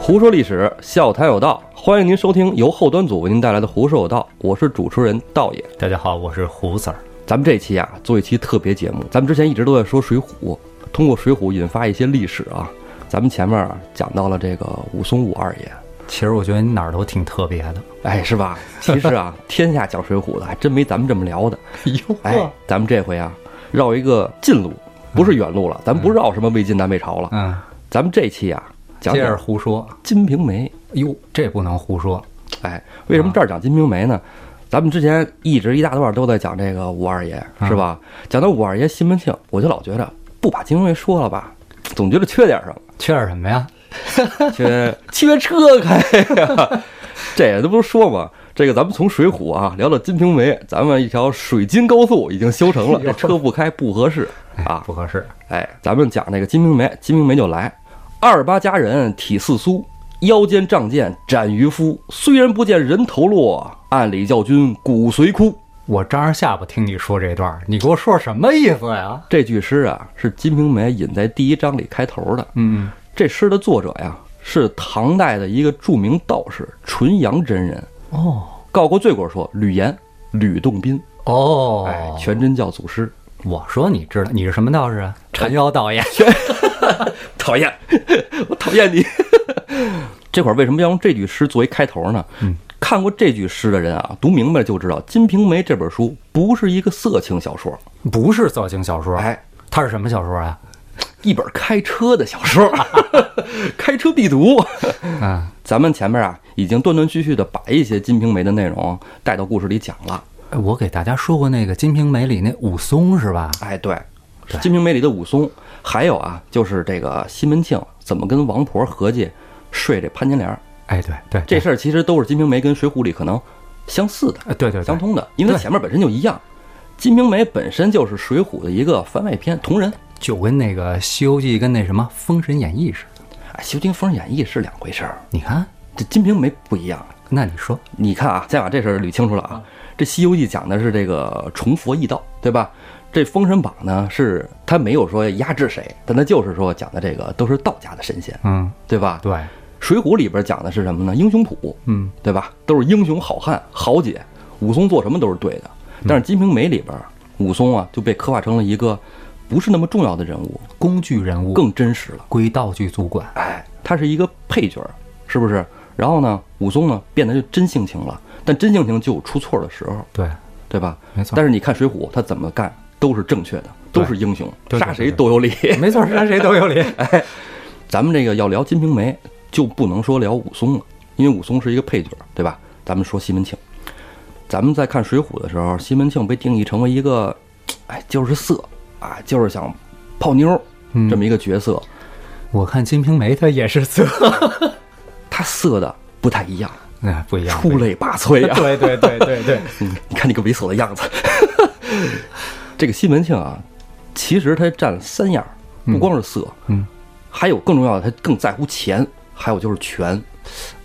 胡说历史，笑谈有道，欢迎您收听由后端组为您带来的《胡说有道》，我是主持人道爷。大家好，我是胡 Sir。咱们这期啊，做一期特别节目。咱们之前一直都在说《水浒》，通过《水浒》引发一些历史啊。咱们前面啊讲到了这个武松武二爷， 其实我觉得你哪儿都挺特别的。哎，是吧？其实啊，天下讲《水浒》的还真没咱们这么聊的。哟哎，咱们这回啊，绕一个近路，不是远路了，咱不绕什么魏晋南北朝了。嗯，咱们这期啊，讲接着讲《胡说。金瓶梅》。哟，这不能胡说。哎，为什么这儿讲《金瓶梅》呢？咱们之前一直一大段都在讲这个武二爷，是吧？讲到武二爷西门庆，我就老觉着不把《金瓶梅》说了吧，总觉得缺点什 么，缺点什么呀？缺缺车开呀。这这不是说嘛，这个咱们从《水浒》啊聊到《金瓶梅》，咱们一条水津高速已经修成了，这车不开不合适啊。不合适。哎，咱们讲那个《金瓶梅》，《金瓶梅》就来，二八佳人体似酥，腰间仗剑斩渔夫。虽然不见人头落，暗里教君骨髓枯。我张着下巴听你说这段儿，你给我说什么意思呀？这句诗啊，是《金瓶梅》引在第一章里开头的。嗯，这诗的作者呀，是唐代的一个著名道士纯阳真人，哦告过罪过说吕岩、吕洞宾，哦，哎，全真教祖师。我说你知道你是什么道士啊？禅妖道爷。 讨厌，我讨厌你。 这会儿为什么要用这句诗作为开头呢？嗯看过这句诗的人啊，读明白了就知道，《金瓶梅》这本书不是一个色情小说，不是色情小说，哎，它是什么小说啊？一本开车的小说， 开车必读。嗯，咱们前面啊，已经断断续续的把一些《金瓶梅》的内容带到故事里讲了。哎我给大家说过那个《金瓶梅》里那武松是吧？哎，对，《金瓶梅》里的武松，还有啊，就是这个西门庆怎么跟王婆合计睡这潘金莲儿，哎，对对，这事儿其实都是《金瓶梅》跟《水浒》里可能相似的。哎对对对相通的，因为它前面本身就一样。《金瓶梅》本身就是《水浒》的一个番外篇，同人。就跟那个《西游记》跟那什么《封神演义》似的。哎，《西游记》《封神演义》是两回事儿，你看，这《金瓶梅》不一样。那你说，你看啊，再把这事儿捋清楚了啊。这《西游记》讲的是这个崇佛易道，对吧？这《封神榜》呢，是它没有说压制谁，但它就是说讲的这个都是道家的神仙，嗯，对吧？对，水浒》里边讲的是什么呢？英雄谱，嗯，对吧？都是英雄好汉豪杰，武松做什么都是对的。嗯但是《金瓶梅》里边，武松啊就被刻画成了一个不是那么重要的人物，工具人物更真实了。归道具组管。哎，他是一个配角儿，是不是？然后呢，武松呢变得就真性情了，但真性情就有出错的时候，对，对吧？没错但是你看《水浒》，他怎么干都是正确的，都是英雄，对对对杀谁都有理。 没错，杀谁都有理。咱们这个要聊《金瓶梅》，就不能说聊武松了，因为武松是一个配角，对吧？咱们说西门庆，咱们在看《水浒》的时候，西门庆被定义成为一个， 哎，就是色啊，就是想泡妞儿嗯这么一个角色，我看《金瓶梅》，它也是色，他色的不太一样， 那不一样。出类拔萃啊！ 对对对对对，嗯 你看那个猥琐的样子。 这个西门庆啊，其实他占三样儿，不光是色， 嗯嗯还有更重要的，他更在乎钱，还有就是权。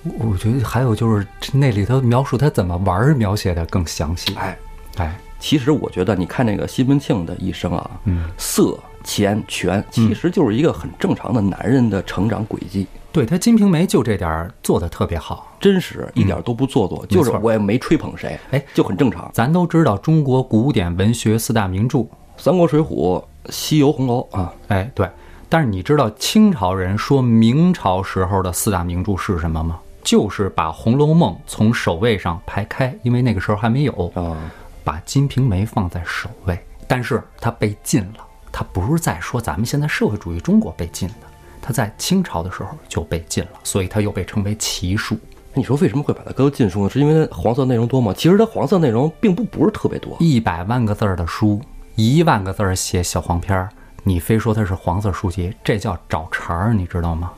我我觉得还有就是那里头描述他怎么玩儿描写的更详细。哎，哎，其实我觉得，你看那个西门庆的一生啊，嗯色、钱、权，其实就是一个很正常的男人的成长轨迹，对他《金瓶梅》就这点儿做的特别好。真实一点都不做作，就是嗯没错我也没吹捧谁，哎，就很正常。咱都知道中国古典文学四大名著，三国、水浒、西游、红楼啊，哎，对。但是你知道清朝人说明朝时候的四大名著是什么吗？就是把《红楼梦》从首位上排开，因为那个时候还没有啊，把《金瓶梅》放在首位，但是它被禁了。它不是在说咱们现在社会主义中国被禁的，它在清朝的时候就被禁了，所以它又被称为奇书。你说为什么会把它搁进书呢？是因为它黄色内容多吗？其实它黄色内容并不不是特别多，一百万个字儿的书，一万个字儿写小黄片儿，你非说它是黄色书籍，这叫找茬儿，你知道吗？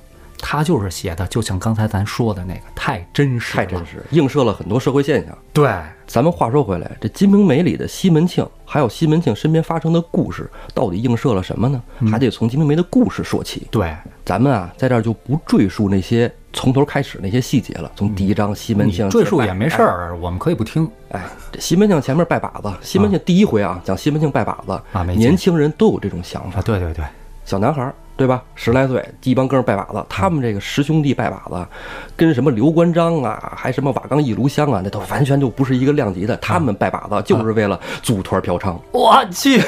它就是写的，就像刚才咱说的那个，太真实了，太真实，映射了很多社会现象。对，咱们话说回来，这《金瓶梅》里的西门庆，还有西门庆身边发生的故事，到底映射了什么呢？嗯还得从《金瓶梅》的故事说起。对，咱们啊，在这儿就不赘述那些从头开始那些细节了。从第一章西门嗯你庆赘述也没事儿。儿，我们可以不听。哎，这西门庆前面拜把子，西啊门庆第一回啊，讲西门庆拜把子啊没劲年轻人都有这种想法。啊，对对对，小男孩儿对吧？十来岁，一帮哥们儿拜把嗯子，他们这个十兄弟拜把子，跟什么刘关张啊，还什么瓦岗一炉香啊，那都哦完全就不是一个量级的。他们拜把子就是为了组团嫖娼，啊我去，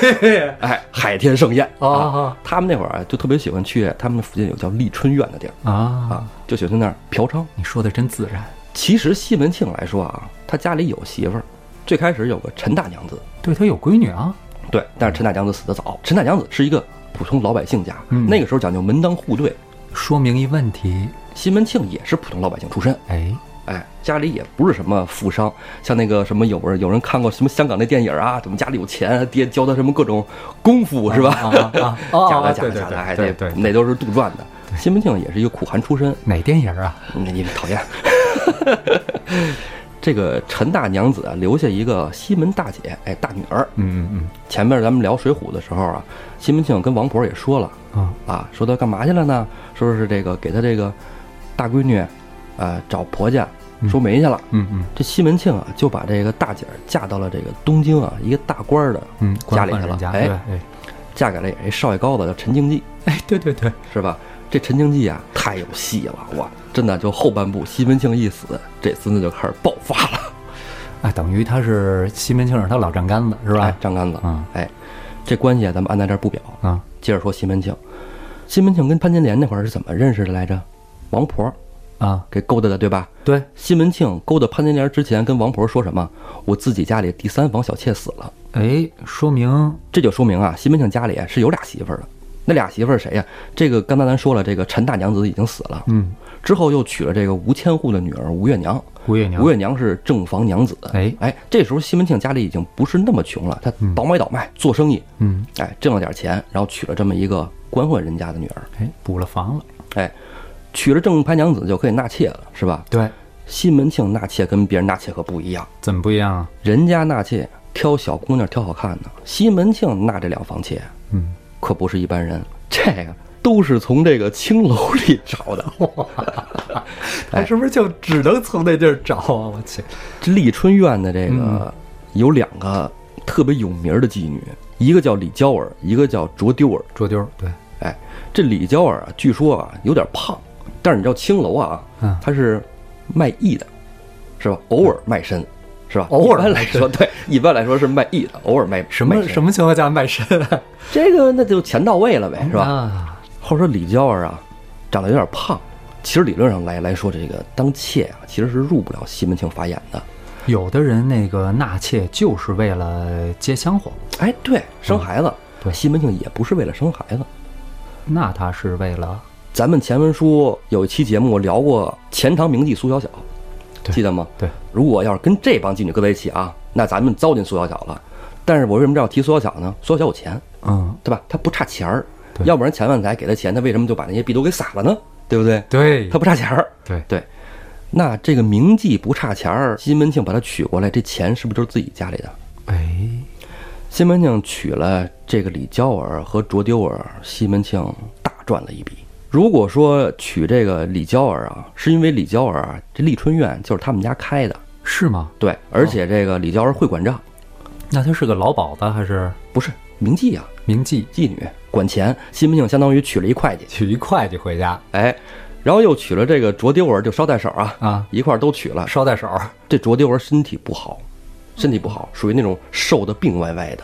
哎，海天盛宴哦啊哦！他们那会儿啊，就特别喜欢去他们附近有叫丽春院的地儿啊，啊，就喜欢去那儿嫖娼。你说的真自然。其实西门庆来说啊，他家里有媳妇儿，最开始有个陈大娘子，对他有闺女啊，对，但是陈大娘子死得早。陈大娘子是一个普通老百姓家，嗯那个时候讲究门当户对，说明一问题。西门庆也是普通老百姓出身，哎，哎，家里也不是什么富商，像那个什么有人有人看过什么香港那电影啊，怎么家里有钱，爹教他什么各种功夫是吧？啊啊 啊！假的啊假的假的，哎，对那对对，那都是杜撰的。西门庆也是一个苦寒出身，哪电影啊？那你讨厌。 这个陈大娘子啊，留下一个西门大姐，哎，大女儿。嗯嗯前面咱们聊《水浒》的时候啊，西门庆跟王婆也说了嗯啊，啊，说他干嘛去了呢？说是这个给他这个大闺女，呃，找婆家说媒去了。嗯嗯这西门庆啊，就把这个大姐儿嫁到了这个东京啊一个大官儿的，嗯，家里去了人家哎对哎嫁给了也是少爷高子叫陈经济，哎，对对对，是吧？这陈经济啊，太有戏了，哇，真的就后半部西门庆一死，这孙子就开始爆发了，啊，等于他是西门庆是他老丈杆子是是吧？张杆子，嗯哎，这关系啊，咱们按在这儿不表，啊，接着说西门庆。西门庆跟潘金莲那会儿是怎么认识的来着？王婆啊，给勾搭的，对吧？对，西门庆勾搭潘金莲之前，跟王婆说什么？我自己家里第三房小妾死了。哎，说明这就说明啊，西门庆家里是有俩媳妇儿的。那俩媳妇儿谁呀、这个刚才咱说了，这个陈大娘子已经死了，嗯，之后又娶了这个吴千户的女儿吴月娘。吴月娘吴，月娘是正房娘子。哎哎，这时候西门庆家里已经不是那么穷了，他倒买倒卖做生意，嗯，哎，挣了点钱，然后娶了这么一个官宦人家的女儿。哎，补了房了，哎，娶了正牌娘子就可以纳妾了，是吧？对，西门庆纳妾跟别人纳妾可不一样，怎么不一样啊？人家纳妾挑小姑娘挑好看的，西门庆纳这两房妾嗯，可不是一般人，这个都是从这个青楼里找的。他是不是就只能从那地儿找啊？我去，这丽春院的这嗯个有两个特别有名儿的妓女，一个叫李娇儿，一个叫卓丢儿。捉丢儿，对，哎，这李娇儿啊，据说啊有点胖，但是你知道青楼啊嗯，它是卖艺的，是吧？偶尔卖身，是吧？偶尔一般来说，对，一般来说是卖艺的，偶尔卖什么卖身什么情况下卖身啊？这个那就钱到位了嗯呗，是吧？吧？后说李娇儿啊，长得有点胖，其实理论上来来说，这个当妾啊，其实是入不了西门庆法眼的。有的人那个纳妾就是为了接香火，哎，对，生孩子，嗯对西门庆也不是为了生孩子。那他是为了咱们前文书有一期节目聊过钱塘名妓苏小小，对记得吗？对，如果要是跟这帮妓女搁在一起啊，那咱们糟践苏小小了。但是我为什么这要提苏小小呢？苏小小有钱，嗯，对吧？她不差钱儿，对要不然钱万财给她钱，她为什么就把那些币都给撒了呢？对不对？对她不差钱儿。对对，那这个名妓不差钱儿，西门庆把她娶过来，这钱是不是就是自己家里的？哎，西门庆娶了这个李娇儿和卓丢儿，西门庆大赚了一笔。如果说娶这个李娇儿啊，是因为李娇儿啊，这丽春院就是他们家开的，是吗？对，而且这个李娇儿会管账，那他是个老鸨子还是不是名妓啊，名妓？妓女管钱。西门庆相当于娶了一会计， 娶一会计回家哎，然后又娶了这个卓丢儿，就捎带手 啊，啊，一块儿都娶了。捎带手儿，这卓丢儿身体不好，身体不好，属于那种瘦的病歪歪的。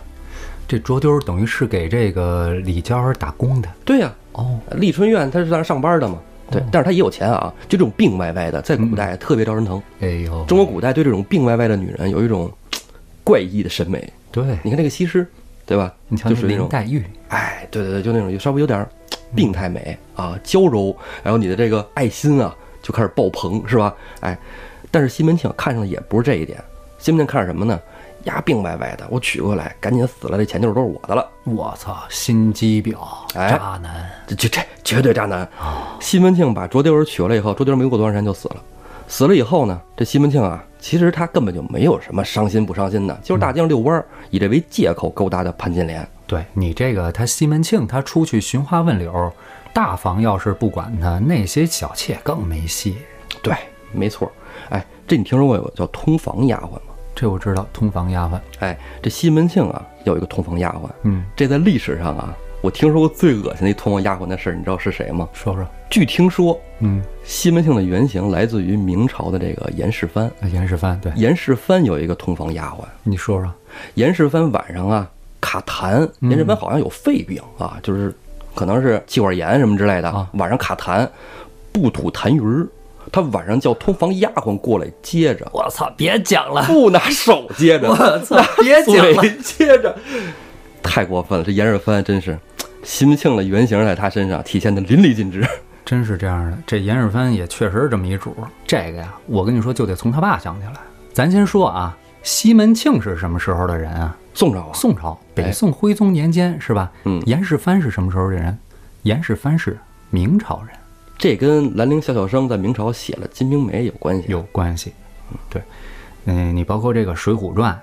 这卓丢儿等于是给这个李娇儿打工的对呀、哦，丽春院他是在那儿上班的嘛，嗯对，但是他也有钱啊，就这种病歪歪的，在古代特别招人疼。哎呦，中国古代对这种病歪歪的女人有一种嘖怪异的审美。对，你看那个西施，对吧？你瞧就那属于那林种，黛嗯玉，哎，对对对，就那种稍微有点儿嘖病态美啊，娇柔，然后你的这个爱心啊就开始爆棚，是吧？哎，但是西门庆看上的也不是这一点，西门庆看上什么呢？呀，病歪歪的，我娶过来，赶紧死了，这钱就是都是我的了。我操，心机婊，哎渣男，这这这绝对渣男。西门庆把卓丢儿娶了以后，卓丢儿没过多长时间就死了。死了以后呢，这西门庆啊，其实他根本就没有什么伤心不伤心的，就是大街上遛弯儿，以这为借口勾搭的潘金莲。对你这个他西门庆，他出去寻花问柳，大房要是不管他，那些小妾更没戏。对，没错儿。哎，这你听说过有个叫通房丫鬟吗？这我知道，通房丫鬟，哎，这西门庆啊，有一个通房丫鬟，嗯，这在历史上啊，我听说过最恶心的一通过丫鬟的事儿，你知道是谁吗？说说，据听说，嗯，西门庆的原型来自于明朝的这个严世蕃。啊严世蕃，对，严世蕃有一个通房丫鬟，你说说，严世蕃晚上啊卡痰，严嗯世蕃好像有肺病啊，就是可能是气管炎什么之类的，啊晚上卡痰，不吐痰盂儿。他晚上叫通房丫鬟过来接着，我操，别讲了，不拿手接着，我操，别讲了，嘴 接着，太过分了！这严世蕃真是，西门庆的原型在他身上体现的淋漓尽致。真是这样的。这严世蕃也确实是这么一主儿。这个呀，我跟你说，就得从他爸想起来。咱先说啊，西门庆是什么时候的人啊？宋朝啊，宋朝，北宋徽宗年间是吧？嗯严世蕃是什么时候的人？严世蕃是明朝人，这跟兰陵笑笑生在明朝写了《金瓶梅》有关系。有关系。对，嗯，你包括这个《水浒传》，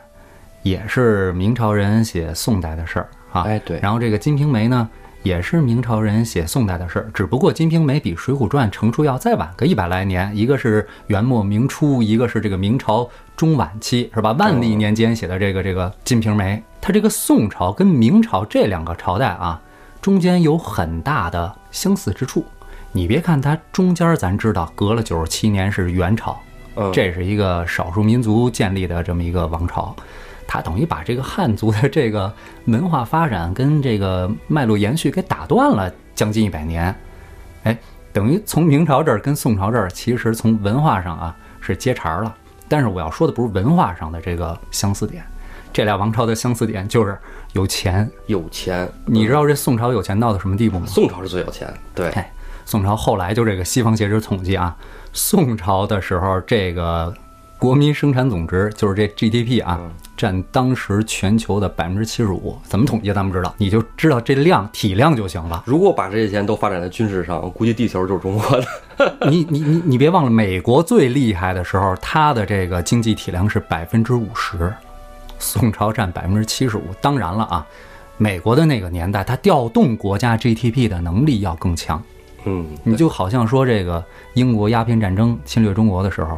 也是明朝人写宋代的事儿啊。哎对然后这个《金瓶梅》呢，也是明朝人写宋代的事儿，只不过《金瓶梅》比《水浒传》成书要再晚个一百来年，一个是元末明初，一个是这个明朝中晚期，是吧？万历年间写的这个这个《金瓶梅》，它这个宋朝跟明朝这两个朝代啊，中间有很大的相似之处。你别看它中间儿咱知道隔了九十七年是元朝，嗯这是一个少数民族建立的这么一个王朝，它等于把这个汉族的这个文化发展跟这个脉络延续给打断了将近一百年，哎，等于从明朝这儿跟宋朝这儿，其实从文化上啊是接茬儿了。但是我要说的不是文化上的这个相似点，这俩王朝的相似点就是有钱。有钱，你知道这宋朝有钱到了什么地步吗？宋朝是最有钱，对，。哎，宋朝后来就这个西方学者统计啊，宋朝的时候这个国民生产总值就是这 GDP 啊，占当时全球的百分之七十五。怎么统计咱们知道，你就知道这量体量就行了如果把这些钱都发展在军事上，估计地球就是中 国的。你你你你别忘了，美国最厉害的时候，它的这个经济体量是百分之五十，宋朝占百分之七十五。当然了啊。美国的那个年代，它调动国家 GDP 的能力要更强，嗯，你就好像说这个英国鸦片战争侵略中国的时候，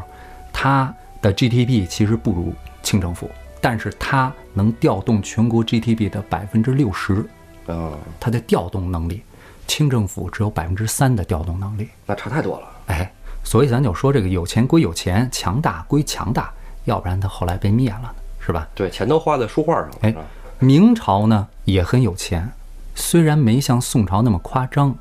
它的 GDP 其实不如清政府，但是它能调动全国 GDP 的百分之六十，啊，它的调动能力，清政府只有百分之三的调动能力。那差太多了。哎，所以咱就说这个有钱归有钱，强大归强大，要不然它后来被灭了呢，是吧？对，钱都花在书画上了。哎是吧，明朝呢也很有钱，虽然没像宋朝那么夸张，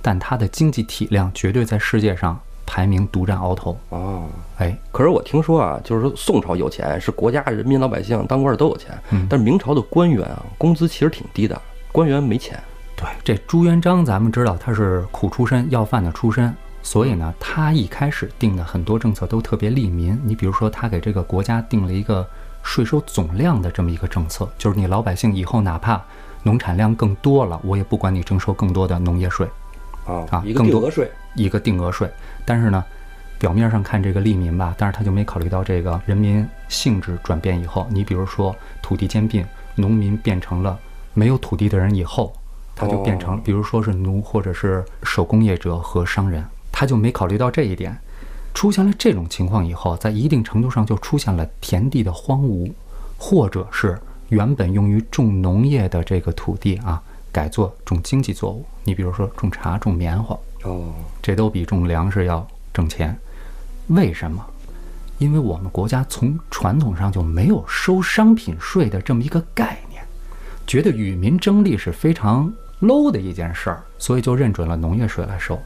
但它的经济体量绝对在世界上排名独占鳌头。哦，哎，可是我听说啊，就是说宋朝有钱，是国家、人民、老百姓、当官的都有钱，嗯但是明朝的官员啊，工资其实挺低的，官员没钱。对，这朱元璋咱们知道他是苦出身、要饭的出身，所以呢，他一开始定的很多政策都特别利民。你比如说，他给这个国家定了一个税收总量的这么一个政策，就是你老百姓以后哪怕农产量更多了，我也不管你征收更多的农业税。啊啊一个更定多额税，一个定额税，但是呢，表面上看这个利民吧，但是他就没考虑到这个人民性质转变以后，你比如说土地兼并，农民变成了没有土地的人以后，他就变成，比如说是奴或者是手工业者和商人，他就没考虑到这一点。出现了这种情况以后，在一定程度上就出现了田地的荒芜，或者是原本用于种农业的这个土地啊，改做种经济作物。你比如说种茶、种棉花，哦，这都比种粮食要挣钱。为什么？因为我们国家从传统上就没有收商品税的这么一个概念，觉得与民争利是非常 low 的一件事儿，所以就认准了农业税来收。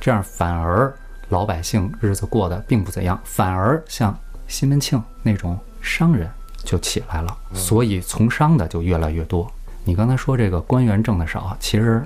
这样反而老百姓日子过得并不怎样，反而像西门庆那种商人就起来了，所以从商的就越来越多。你刚才说这个官员挣的少，其实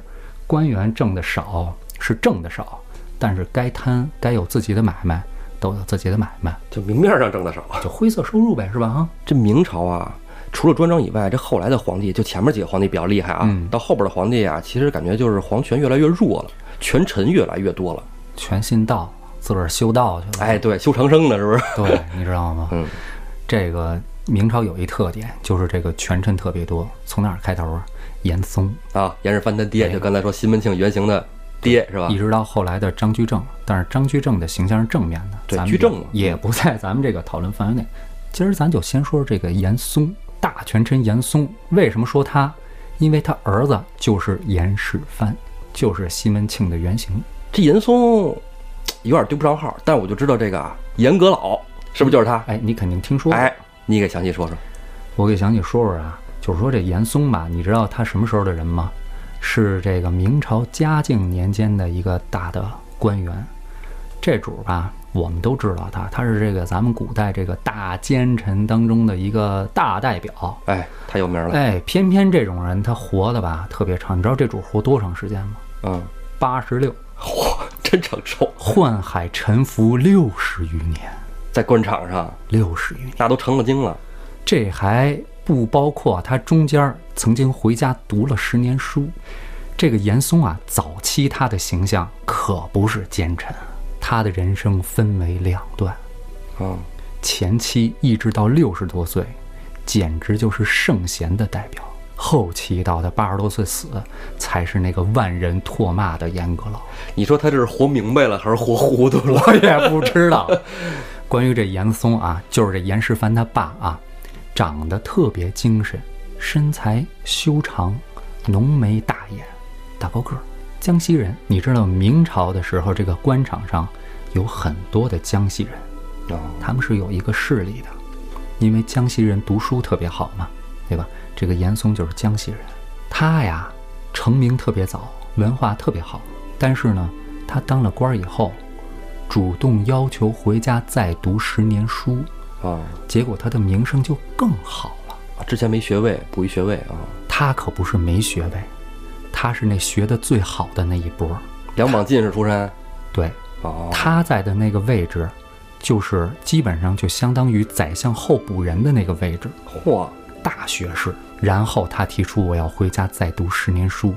官员挣的少是挣的少，但是该摊该有自己的买卖，都有自己的买卖，就明面上挣的少。啊就灰色收入呗，是吧？啊，这明朝啊，除了专政以外，这后来的皇帝，就前面几个皇帝比较厉害啊，嗯到后边的皇帝啊，其实感觉就是皇权越来越弱了，权臣越来越多了。全信道，自个儿修道去 了。哎，对，修长生呢，是不是？对，你知道吗？嗯，这个明朝有一特点，就是这个权臣特别多。从哪儿开头啊？严嵩，啊，严世蕃他爹，哎就刚才说西门庆原型的爹是吧一？直到后来的张居正，但是张居正的形象是正面的，对咱们居正嘛也也不在咱们这个讨论范围内。今儿咱就先说这个严嵩，大权臣严嵩，为什么说他？因为他儿子就是严世蕃，就是西门庆的原型。这严嵩有点对不上号，但我就知道这个啊，严阁老是不是就是他？哎，你肯定听说过。哎，你给详细说说。我给详细说说啊，就是说这严嵩吧，你知道他什么时候的人吗？是这个明朝嘉靖年间的一个大的官员。这主儿吧，我们都知道他，他是这个咱们古代这个大奸臣当中的一个大代表。哎，太有名了。哎，偏偏这种人他活的吧特别长，你知道这主儿活多长时间吗？嗯，八十六，嚯，真长寿，宦海沉浮六十余年，在官场上六十余年，那都成了精了。这还不包括他中间儿曾经回家读了十年书。这个严嵩啊，早期他的形象可不是奸臣，他的人生分为两段，嗯，前期一直到六十多岁，简直就是圣贤的代表；后期到他八十多岁死，才是那个万人唾骂的严阁老。你说他这是活明白了还是活糊涂了？ 我也不知道。 关于这严嵩啊，就是这严世蕃他爸啊，长得特别精神，身材修长，浓眉大眼，大高个儿，江西人。你知道明朝的时候，这个官场上有很多的江西人，哦他们是有一个势力的，因为江西人读书特别好嘛，对吧？这个严嵩就是江西人，他呀成名特别早，文化特别好，但是呢，他当了官儿以后，主动要求回家再读十年书，哦，结果他的名声就更好了。啊之前没学位，补一学位啊，他可不是没学位，他是那学的最好的那一波儿。两榜进士出身。对，哦，他在的那个位置，就是基本上就相当于宰相候补人的那个位置。嚯，大学士，然后他提出我要回家再读十年书，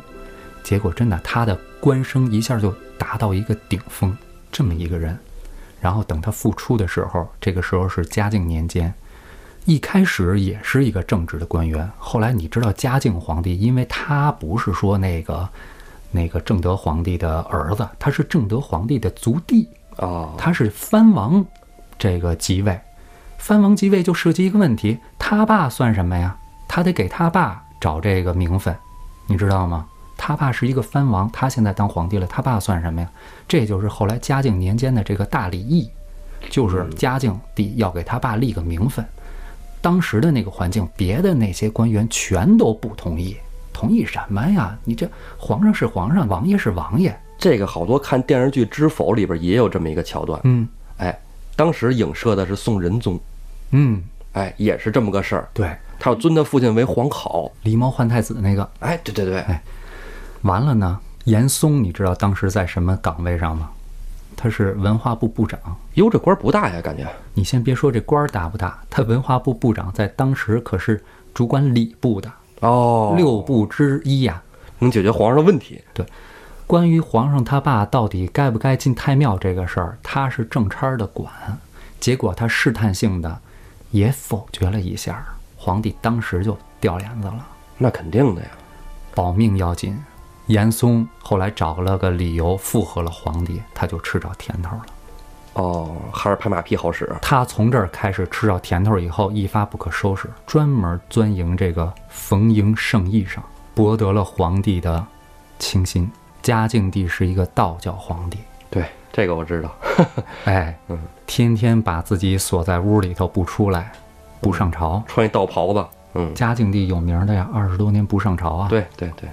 结果真的他的官声一下就达到一个顶峰，这么一个人。然后等他复出的时候，这个时候是嘉靖年间，一开始也是一个正直的官员，后来你知道嘉靖皇帝，因为他不是说那个那个正德皇帝的儿子，他是正德皇帝的族弟，哦，他是藩王这个即位，藩王即位就涉及一个问题，他爸算什么呀？他得给他爸找这个名分，你知道吗？他爸是一个藩王，他现在当皇帝了，他爸算什么呀？这就是后来嘉靖年间的这个大礼议，就是嘉靖帝要给他爸立个名分。当时的那个环境，别的那些官员全都不同意，同意什么呀？你这皇上是皇上，王爷是王爷，这个好多看电视剧《知否》里边也有这么一个桥段。嗯哎，当时影射的是宋仁宗，嗯，哎，也是这么个事儿。对，他要尊他父亲为皇考。狸猫换太子那个，哎，对对对，完了呢，严嵩，你知道当时在什么岗位上吗？他是文化部部长。哟，这官儿不大呀，感觉。你先别说这官儿大不大，他文化部部长在当时可是主管礼部的哦，六部之一呀、能解决皇上的问题。关于皇上他爸到底该不该进太庙这个事儿，他是正差儿的管，结果他试探性的也否决了一下儿，皇帝当时就掉帘子了。那肯定的呀。保命要紧。严嵩后来找了个理由附和了皇帝，他就吃着甜头了。哦，还是拍马屁好使。他从这儿开始吃到甜头以后，一发不可收拾，专门钻营这个逢迎圣意上，博得了皇帝的倾心。嘉靖帝是一个道教皇帝，对，这个我知道。哎，天天把自己锁在屋里头不出来，不上朝。穿一道袍子。嗯，嘉靖帝有名的呀，二十多年不上朝啊。，对对对。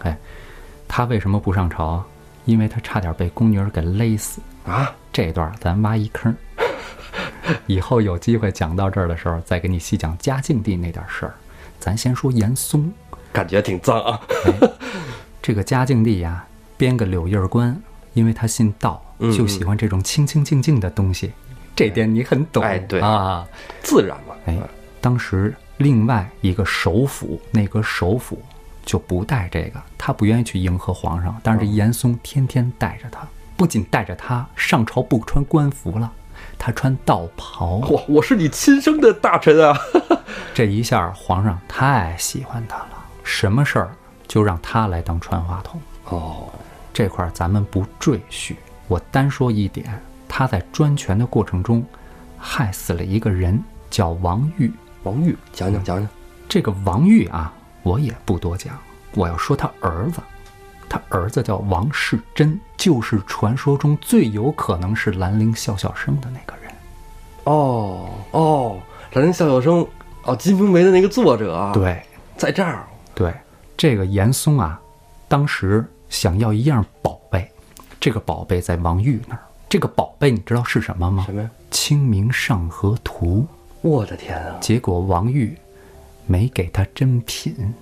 他为什么不上朝啊？因为他差点被宫女儿给勒死。啊，这段儿咱挖一坑儿， 以后有机会讲到这儿的时候，再给你细讲嘉靖帝那点儿事儿。咱先说严嵩，感觉挺脏啊。 这个嘉靖帝呀，编个柳叶儿官，因为他信道，嗯就喜欢这种清清静静的东西，这点你很懂。哎对啊，自然嘛。哎，当时另外一个首辅，那个首辅就不带这个，他不愿意去迎合皇上，但是这哦严嵩天天带着他，不仅带着他上朝不穿官服了，他穿道袍。我我是你亲生的大臣啊。这一下皇上太喜欢他了，什么事儿就让他来当传话筒。 哦，这块儿咱们不赘叙，我单说一点，他在专权的过程中，害死了一个人，叫王玉。王玉，讲讲讲讲。这个王玉啊，我也不多讲，我要说他儿子，他儿子叫王世贞，就是传说中最有可能是兰陵笑笑生的那个人。哦哦，兰陵笑笑生哦，《金瓶梅》的那个作者啊，，对在这儿对，这个严嵩啊，当时想要一样宝贝，这个宝贝在王玉那儿。这个宝贝你知道是什么吗？什么呀？ 《清明上河图》。啊我的天啊！结果王玉没给他真品，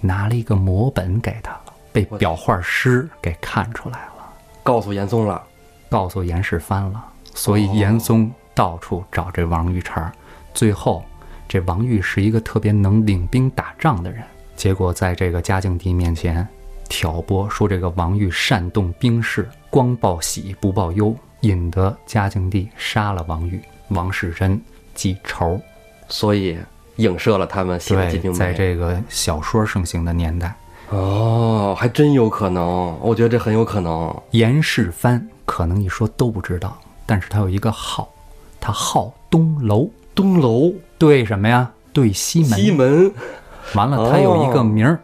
拿了一个摹本给他了，被裱画师给看出来了，告诉严嵩了，告诉严世蕃了。所以严嵩到处找这王玉茬儿，最后这王玉是一个特别能领兵打仗的人，结果在这个嘉靖帝面前挑拨，说这个王玉煽动兵士，光报喜不报忧，引得嘉靖帝杀了王玉，王世贞记仇。所以影射了他们写的《金瓶对，梅》。在这个小说盛行的年代，哦，还真有可能，我觉得这很有可能。严世蕃可能一说都不知道，但是他有一个号，他号东楼，东楼对什么呀？对西门。西门完了哦，他有一个名儿、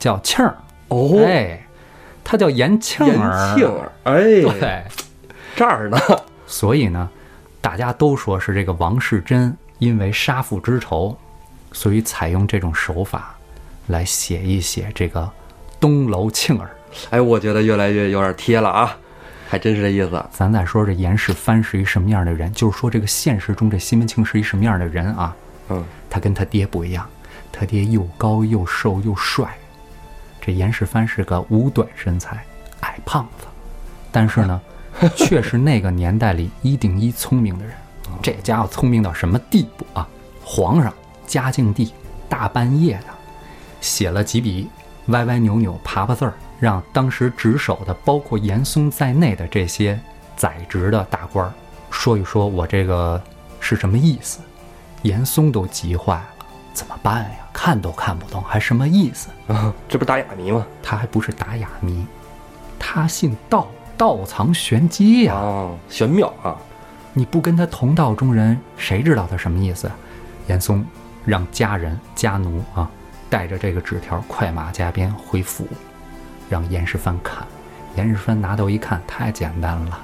叫庆儿，哦，哎，他叫严庆延儿。庆儿，哎，对，这儿呢， 所以呢，大家都说是这个王世贞因为杀父之仇，所以采用这种手法来写一写这个东楼庆儿。哎，我觉得越来越有点贴了啊，还真是这意思。咱再说这严世蕃是一什么样的人，就是说这个现实中这西门庆是一什么样的人啊？嗯， 他跟他爹不一样，他爹又高又瘦又帅，这严世蕃是个五短身材，矮胖子，但是呢，却是那个年代里一顶一聪明的人。这家伙聪明到什么地步啊？皇上、嘉靖帝大半夜的写了几笔歪歪扭扭、爬爬字儿，让当时值守的，包括严嵩在内的这些宰执的大官儿说一说，我这个是什么意思？严嵩都急坏了，怎么办呀？看都看不懂，还什么意思？啊，这不是打哑谜吗？他还不是打哑谜，他姓道，道藏玄机呀、啊，玄妙啊，你不跟他同道中人，谁知道他什么意思？严嵩让家人家奴啊，带着这个纸条快马加鞭回府，让严世蕃看。严世蕃拿到一看，太简单了。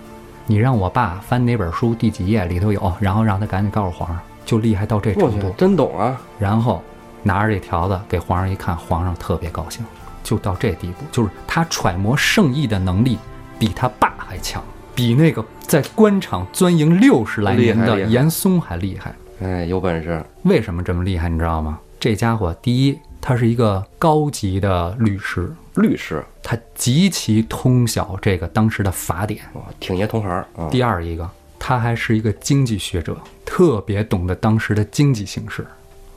你让我爸翻哪本书，第几页里头有，哦然后让他赶紧告诉皇上，就厉害到这我程去度，。真懂啊，然后拿着这条子给皇上一看，皇上特别高兴，就到这地步，就是他揣摩圣意的能力比他爸还强，比那个在官场钻营六十来年厉害的厉害严嵩还厉害。哎，有本事，为什么这么厉害？你知道吗？这家伙，第一，他是一个高级的律师，律师他极其通晓这个当时的法典。啊，挺爷同行啊，第二一个，他还是一个经济学者，特别懂得当时的经济形势。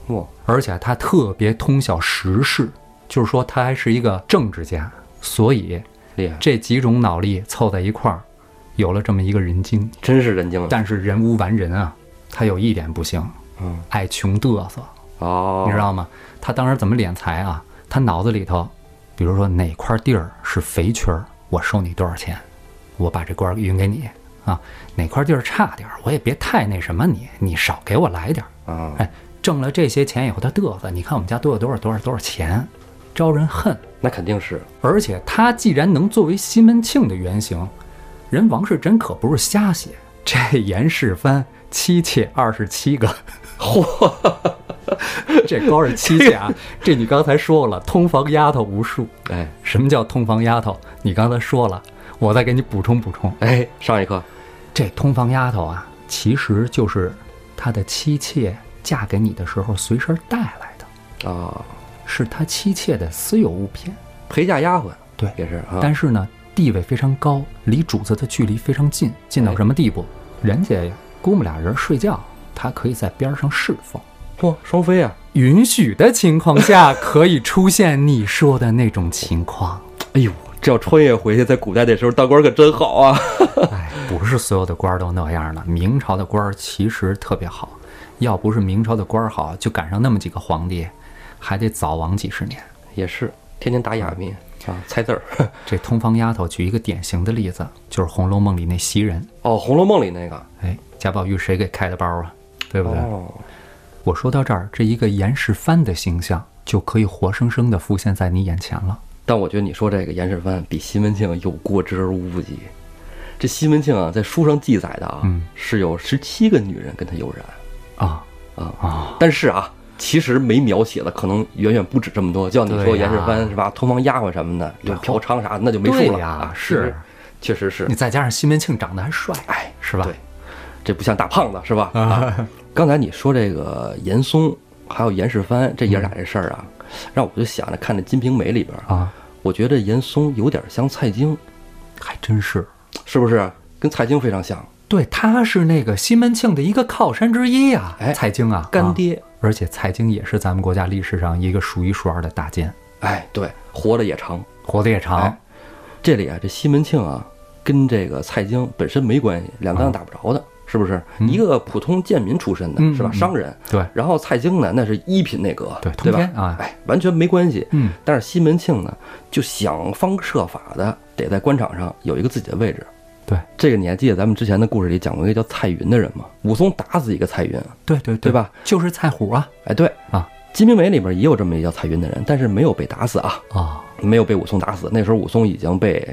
哇，而且他特别通晓时事，就是说他还是一个政治家，所以厉害，这几种脑力凑在一块儿，有了这么一个人精。真是人精了，但是人无完人啊，他有一点不行，嗯，爱穷嘚瑟，哦，你知道吗？他当时怎么敛财啊？他脑子里头，比如说哪块地儿是肥缺儿，我收你多少钱，我把这官儿匀给你啊。哪块地儿差点儿，我也别太那什么你，你少给我来点儿。啊，哎，挣了这些钱以后，他嘚瑟，你看我们家都有多少多少多少钱，招人恨。那肯定是，而且他既然能作为西门庆的原型，人王世贞可不是瞎写。这严世蕃妻妾二十七个，嚯！ 这高是妻妾啊，这你刚才说了，通房丫头无数。哎什么叫通房丫头？你刚才说了，我再给你补充补充。哎，上一课这通房丫头啊，其实就是他的妻妾嫁给你的时候随身带来的。啊，是他妻妾的私有物品，陪嫁丫鬟，对也是啊，但是呢，地位非常高，离主子的距离非常近，近到什么地步？人家姑母俩人睡觉，他可以在边上侍奉，嚯，双飞啊，允许的情况下可以出现你说的那种情况。哎呦，这要穿越回去，在古代那时候当官可真好 啊！哎，不是所有的官儿都那样的，明朝的官儿其实特别好，要不是明朝的官儿好，就赶上那么几个皇帝，还得早亡几十年。也是，天天打哑谜嗯啊，猜字儿。这通房丫头举一个典型的例子，就是《红楼梦》里那袭人，哦，《红楼梦》里那个，哎，贾宝玉谁给开的包啊？对不对？哦，我说到这儿，这一个严世蕃的形象就可以活生生的浮现在你眼前了。但我觉得你说这个严世蕃比西门庆有过之而无不及。这西门庆啊，在书上记载的啊，嗯是有十七个女人跟他有染，啊啊啊！但是啊，其实没描写的可能远远不止这么多。就像你说对呀严世蕃是吧，通房丫鬟什么的，有嫖娼啥的，那就没数了对呀啊。是其实，确实是你。再加上西门庆长得还帅，哎，是吧？对，这不像大胖子是吧？啊，刚才你说这个严嵩还有严世蕃这爷俩这事儿啊，让我就想着看这《金瓶梅》里边，嗯啊，我觉得严嵩有点像蔡京，还真是。是不是？跟蔡京非常像，对，他是那个西门庆的一个靠山之一啊，哎蔡京啊，干啊爹。而且蔡京也是咱们国家历史上一个数一数二的大奸，哎，对，活得也长。活得也长。哎这里啊，这西门庆啊，跟这个蔡京本身没关系，两啊竿子打不着的，是不是？一个普通贱民出身的，嗯是吧嗯？嗯商人。对，然后蔡京呢，那是一品内阁，对对通天吧？啊哎，完全没关系。嗯，但是西门庆呢，就想方设法的得在官场上有一个自己的位置。对，这个你还记得咱们之前的故事里讲过一个叫蔡云的人吗？武松打死一个蔡云，对对对？吧？就是蔡虎啊哎，对，《啊金瓶梅》里边也有这么一个叫蔡云的人，但是没有被打死啊，啊！没有被武松打死。那时候武松已经被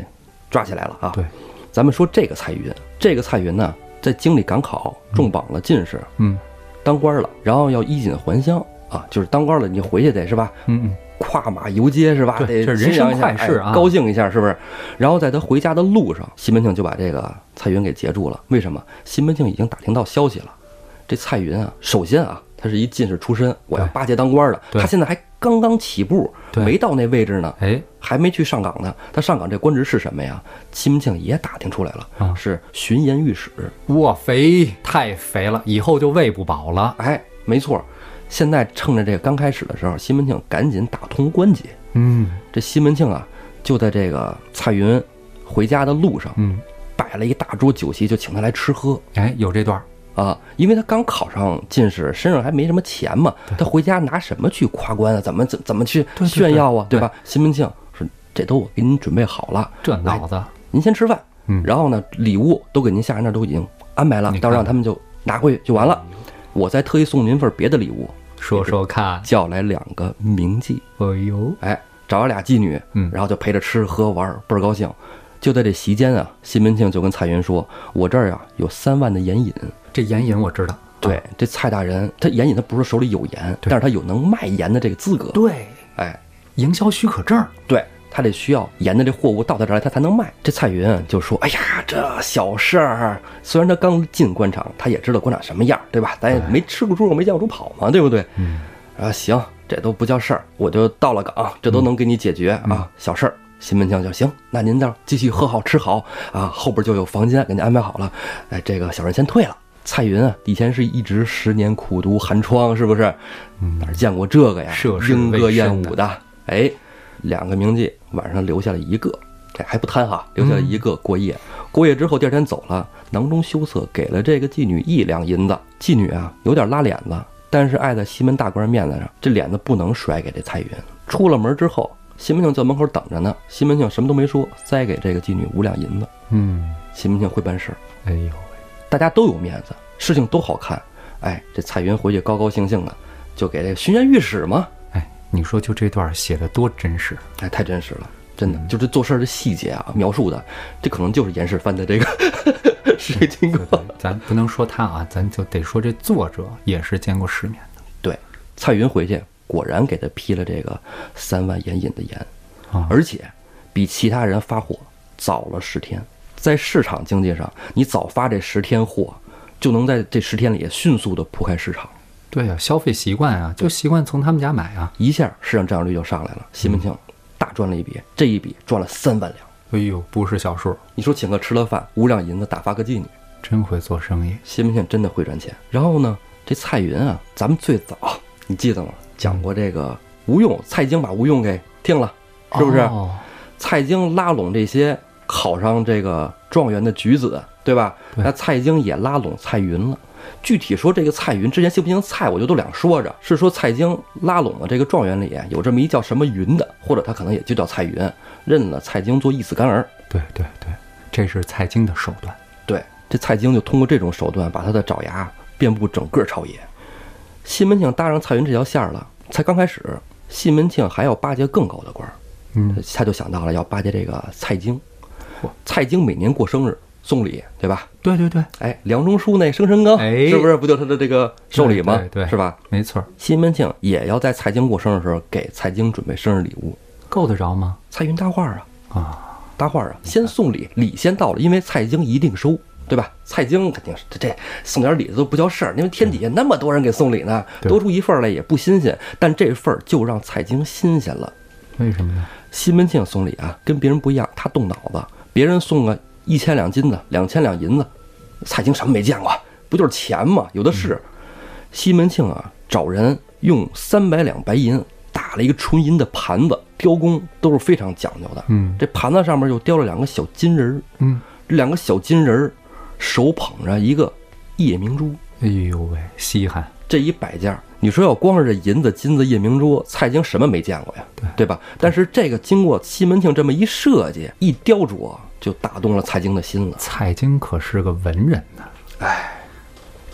抓起来了啊。对，咱们说这个蔡云，这个蔡云呢，在经历赶考，中榜了进士，嗯当官了，然后要衣锦还乡啊，就是当官了，你回去得是吧？嗯嗯，跨马游街是吧？对得这欣人赏一下生快事啊哎高兴一下是不是？然后在他回家的路上，西门庆就把这个蔡云给截住了。为什么？西门庆已经打听到消息了。这蔡云啊，首先啊，他是一进士出身，我要对巴结当官的，对他现在还刚刚起步，对没到那位置呢，哎，还没去上岗呢。他上岗这官职是什么呀？西门庆也打听出来了，啊是巡盐御史。我肥太肥了，以后就喂不饱了。哎，没错。现在趁着这个刚开始的时候，西门庆赶紧打通关节。嗯这西门庆啊，就在这个蔡云回家的路上，嗯，摆了一大桌酒席，就请他来吃喝哎，有这段儿啊。因为他刚考上进士，身上还没什么钱嘛，他回家拿什么去夸官啊？怎么怎怎么去对对炫耀啊？对吧？西门庆说：“这都我给您准备好了，这脑子，您先吃饭，嗯然后呢，礼物都给您下人那儿都已经安排了你，到看让他们就拿回去就完了。我再特意送您份别的礼物，说说看，叫来两个名妓。”哎呦，哎，找了俩妓女，嗯然后就陪着吃喝玩儿，倍儿高兴。就在这席间啊，西门庆就跟蔡云说：“我这儿啊有三万的盐引。这眼影我知道，”对，这蔡大人他盐引他不是手里有盐，对但是他有能卖盐的这个资格。对，哎，营销许可证儿，对他得需要盐的这货物到他这儿来，他才能卖。这蔡云就说：“哎呀，这小事儿，虽然他刚进官场，他也知道官场什么样儿，对吧？咱也没吃过猪肉，没见过猪跑嘛，对不对？”嗯啊，行，这都不叫事儿，我就到了岗，这都能给你解决啊，小事儿。西门庆就行，那您这儿继续喝好吃好啊，后边就有房间给您安排好了。哎，这个小人先退了。蔡云啊，以前是一直十年苦读寒窗，是不是？哪儿见过这个呀？涉世莺歌未燕深舞的，哎，两个名妓晚上留下了一个，哎，还不贪哈，留下了一个过夜。过夜之后，第二天走了，囊中羞涩，给了这个妓女一两银子。妓女啊，有点拉脸子，但是碍在西门大官面子上，这脸子不能甩给这蔡云。出了门之后，西门庆在门口等着呢。西门庆什么都没说，塞给这个妓女五两银子。嗯，西门庆会办事儿，哎呦，大家都有面子，事情都好看。哎，这蔡云回去高高兴兴的，就给这巡盐御史嘛，哎，你说就这段写的多真 实，哎，太真实了，真的，就这做事儿的细节啊，描述的，这可能就是严世蕃的这个 实际经对过。对，咱不能说他啊，咱就得说这作者也是见过世面对，蔡云回去果然给他批了这个三万盐引的盐，的啊。而且比其他人发货早了十天。在市场经济上，你早发这十天货，就能在这十天里迅速的铺开市场，对啊，消费习惯啊，就习惯从他们家买啊。一下市场占有率就上来了。西门庆大赚了一笔，这一笔赚了三万两。哎呦，不是小数，你说请客吃了饭，五两银子打发个妓女，真会做生意。西门庆真的会赚钱。然后呢，这蔡云啊，咱们最早你记得吗？讲过这个吴用，蔡京把吴用给定了，是不是？哦、蔡京拉拢这些考上这个状元的举子，对吧？对那蔡京也拉拢蔡云了。具体说这个蔡云之前姓不姓蔡，我就都两说着，是说蔡京拉拢了这个状元里有这么一叫什么云的，或者他可能也就叫蔡云，认了蔡京做义子干儿。对对对，这是蔡京的手段。对，这蔡京就通过这种手段把他的爪牙遍布整个朝野。西门庆搭上蔡云这条线儿了，才刚开始，西门庆还要巴结更高的官儿，嗯，他就想到了要巴结这个蔡京嚯。蔡京每年过生日送礼，对吧？对对对，哎，梁中书那生辰纲，哎是不是不就是他的这个寿礼吗？对对对是吧？没错儿，西门庆也要在蔡京过生日的时候给蔡京准备生日礼物，够得着吗？蔡云搭话啊，啊，搭话啊，先送礼，礼先到了，因为蔡京一定收，对吧？蔡京肯定是这这送点礼都不叫事儿，因为天底下那么多人给送礼呢，对多出一份儿来也不新鲜，但这份儿就让蔡京新鲜了。为什么呢？西门庆送礼啊，跟别人不一样，他动脑子，别人送个一千两金子、两千两银子，蔡京什么没见过？不就是钱吗？有的是。西门庆啊，找人用三百两白银打了一个纯银的盘子，雕工都是非常讲究的。嗯这盘子上面又雕了两个小金人儿，嗯，这两个小金人儿手捧着一个夜明珠，哎呦喂，稀罕，这一摆件儿，你说要光是这银子、金子、夜明珠，蔡京什么没见过呀？对吧？但是这个经过西门庆这么一设计、一雕琢，就打动了蔡京的心了。蔡京可是个文人呐，哎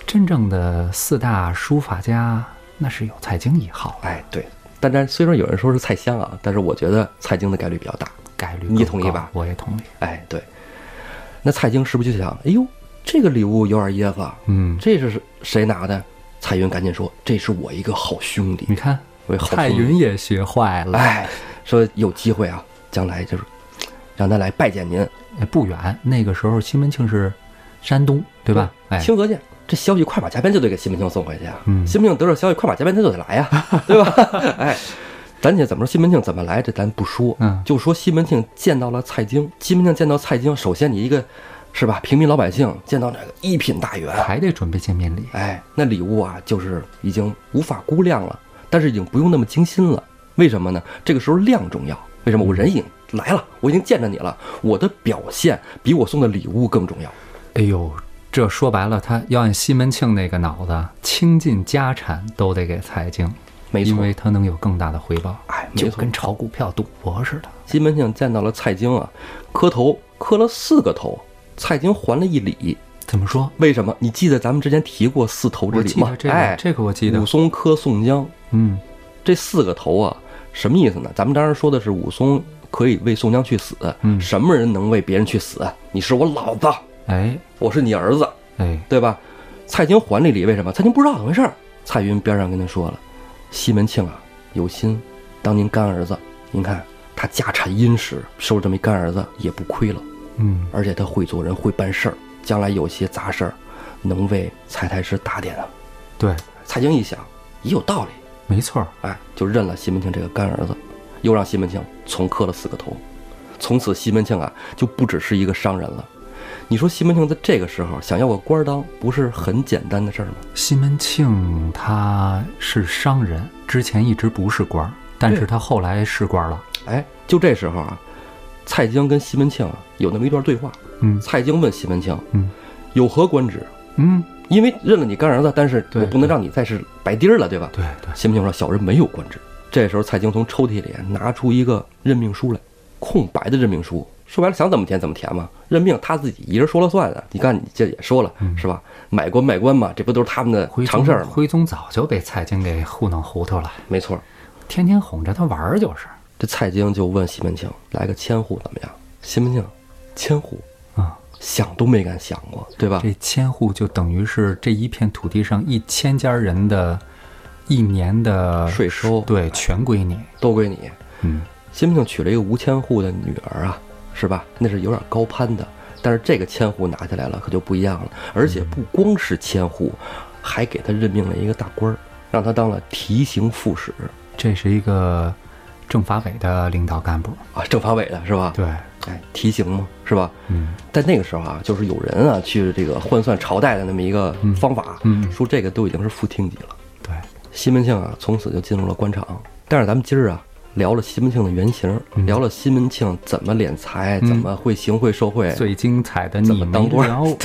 真正的四大书法家，那是有蔡京一号，啊哎，对。但但虽然有人说是蔡襄啊，但是我觉得蔡京的概率比较大。概率你更同意高吧我也同意。哎，对。那蔡京是不是就想，哎呦，这个礼物有点意思，啊嗯，这是谁拿的？蔡云赶紧说，这是我一个好兄弟你。看，我一好兄弟蔡嗯云也学坏了。哎，说有机会啊，将来就是让他来拜见您。哎，不远，那个时候西门庆是山东，对吧？哎，清河县这消息快马加鞭就得给西门庆送回去啊。嗯西门庆得到消息快马加鞭他就得来呀、 对吧？哎，咱且怎么说西门庆怎么来，这咱不说，嗯就说西门庆见到了蔡京。西门庆见到蔡京，首先你一个是吧，平民老百姓见到那个一品大员，还得准备见面礼。啊哎，那礼物啊，就是已经无法估量了，但是已经不用那么精心了。为什么呢？这个时候量重要。为什么？我人已经来了，我已经见着你了，我的表现比我送的礼物更重要。哎呦，这说白了，他要按西门庆那个脑子，倾尽家产都得给蔡京，没因错，为他能有更大的回报，哎，没就错跟。炒股票、赌博似的。西门庆见到了蔡京啊，磕头磕了四个头，蔡京还了一礼。怎么说？为什么？你记得咱们之前提过四头之我礼记得吗？这个，哎，这个我记得武。松磕宋江，嗯，这四个头啊，什么意思呢？咱们当时说的是武松可以为宋江去死，嗯什么人能为别人去死？你是我老子，哎我是你儿子，哎，对吧？蔡京还了一礼，为什么？蔡京不知道怎么回事儿。蔡云边上跟他说了：“西门庆啊，有心当您干儿子，您看他家产殷实，收这么一干儿子也不亏了。”嗯，而且他会做人，会办事儿，将来有些杂事儿，能为蔡太师打点啊。对，蔡京一想，也有道理，没错儿。哎，就认了西门庆这个干儿子，又让西门庆重磕了四个头。从此，西门庆啊，就不只是一个商人了。你说西门庆在这个时候想要个官儿当，不是很简单的事儿吗？西门庆他是商人，之前一直不是官儿，但是对他后来是官儿了。哎，就这时候啊，蔡京跟西门庆啊有那么一段对话。嗯蔡京问西门庆：“嗯，有何官职？嗯，因为认了你干儿子，但是对我不能让你再是白丁儿了，对吧？”对对，西门庆说：“小人没有官职。”这时候，蔡京从抽屉里拿出一个任命书来，空白的任命书。说白了，想怎么填怎么填嘛。任命他自己一人说了算的。你看，你这也说了是吧？买官卖官嘛，这不都是他们的徽宗常事儿吗？徽宗早就被蔡京给糊弄糊涂了，没错。天天哄着他玩儿就是。这蔡京就问西门庆：“来个千户怎么样？”西门庆，千户啊、想都没敢想过，对吧？这千户就等于是这一片土地上一千家人的一年的税收对，全归你。都归你。嗯，西门庆娶了一个吴千户的女儿啊，是吧？那是有点高攀的，但是这个千户拿下来了，可就不一样了。而且不光是千户，还给他任命了一个大官儿，让他当了提刑副使这是一个政法委的领导干部。啊，政法委的是吧？对，哎，提刑嘛，是吧？嗯在那个时候啊，就是有人啊去这个换算朝代的那么一个方法，嗯说这个都已经是副厅级了。对，西门庆啊，从此就进入了官场。但是咱们今儿啊，聊了西门庆的原型，嗯聊了西门庆怎么敛财，嗯怎么会行贿受贿，最精彩的怎你么没当官聊，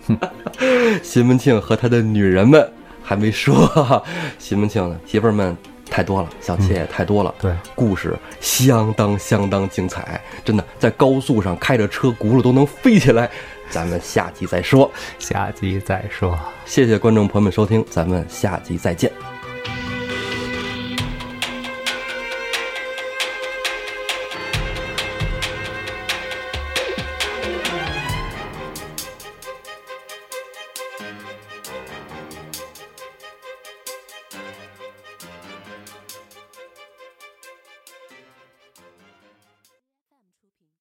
西门庆和他的女人们还没说， 西门庆的媳妇儿们太多了，小妾也太多了。嗯对，故事相当相当精彩，真的在高速上开着车轱辘都能飞起来。咱们下集再说，下集再说。谢谢观众朋友们收听，咱们下集再见。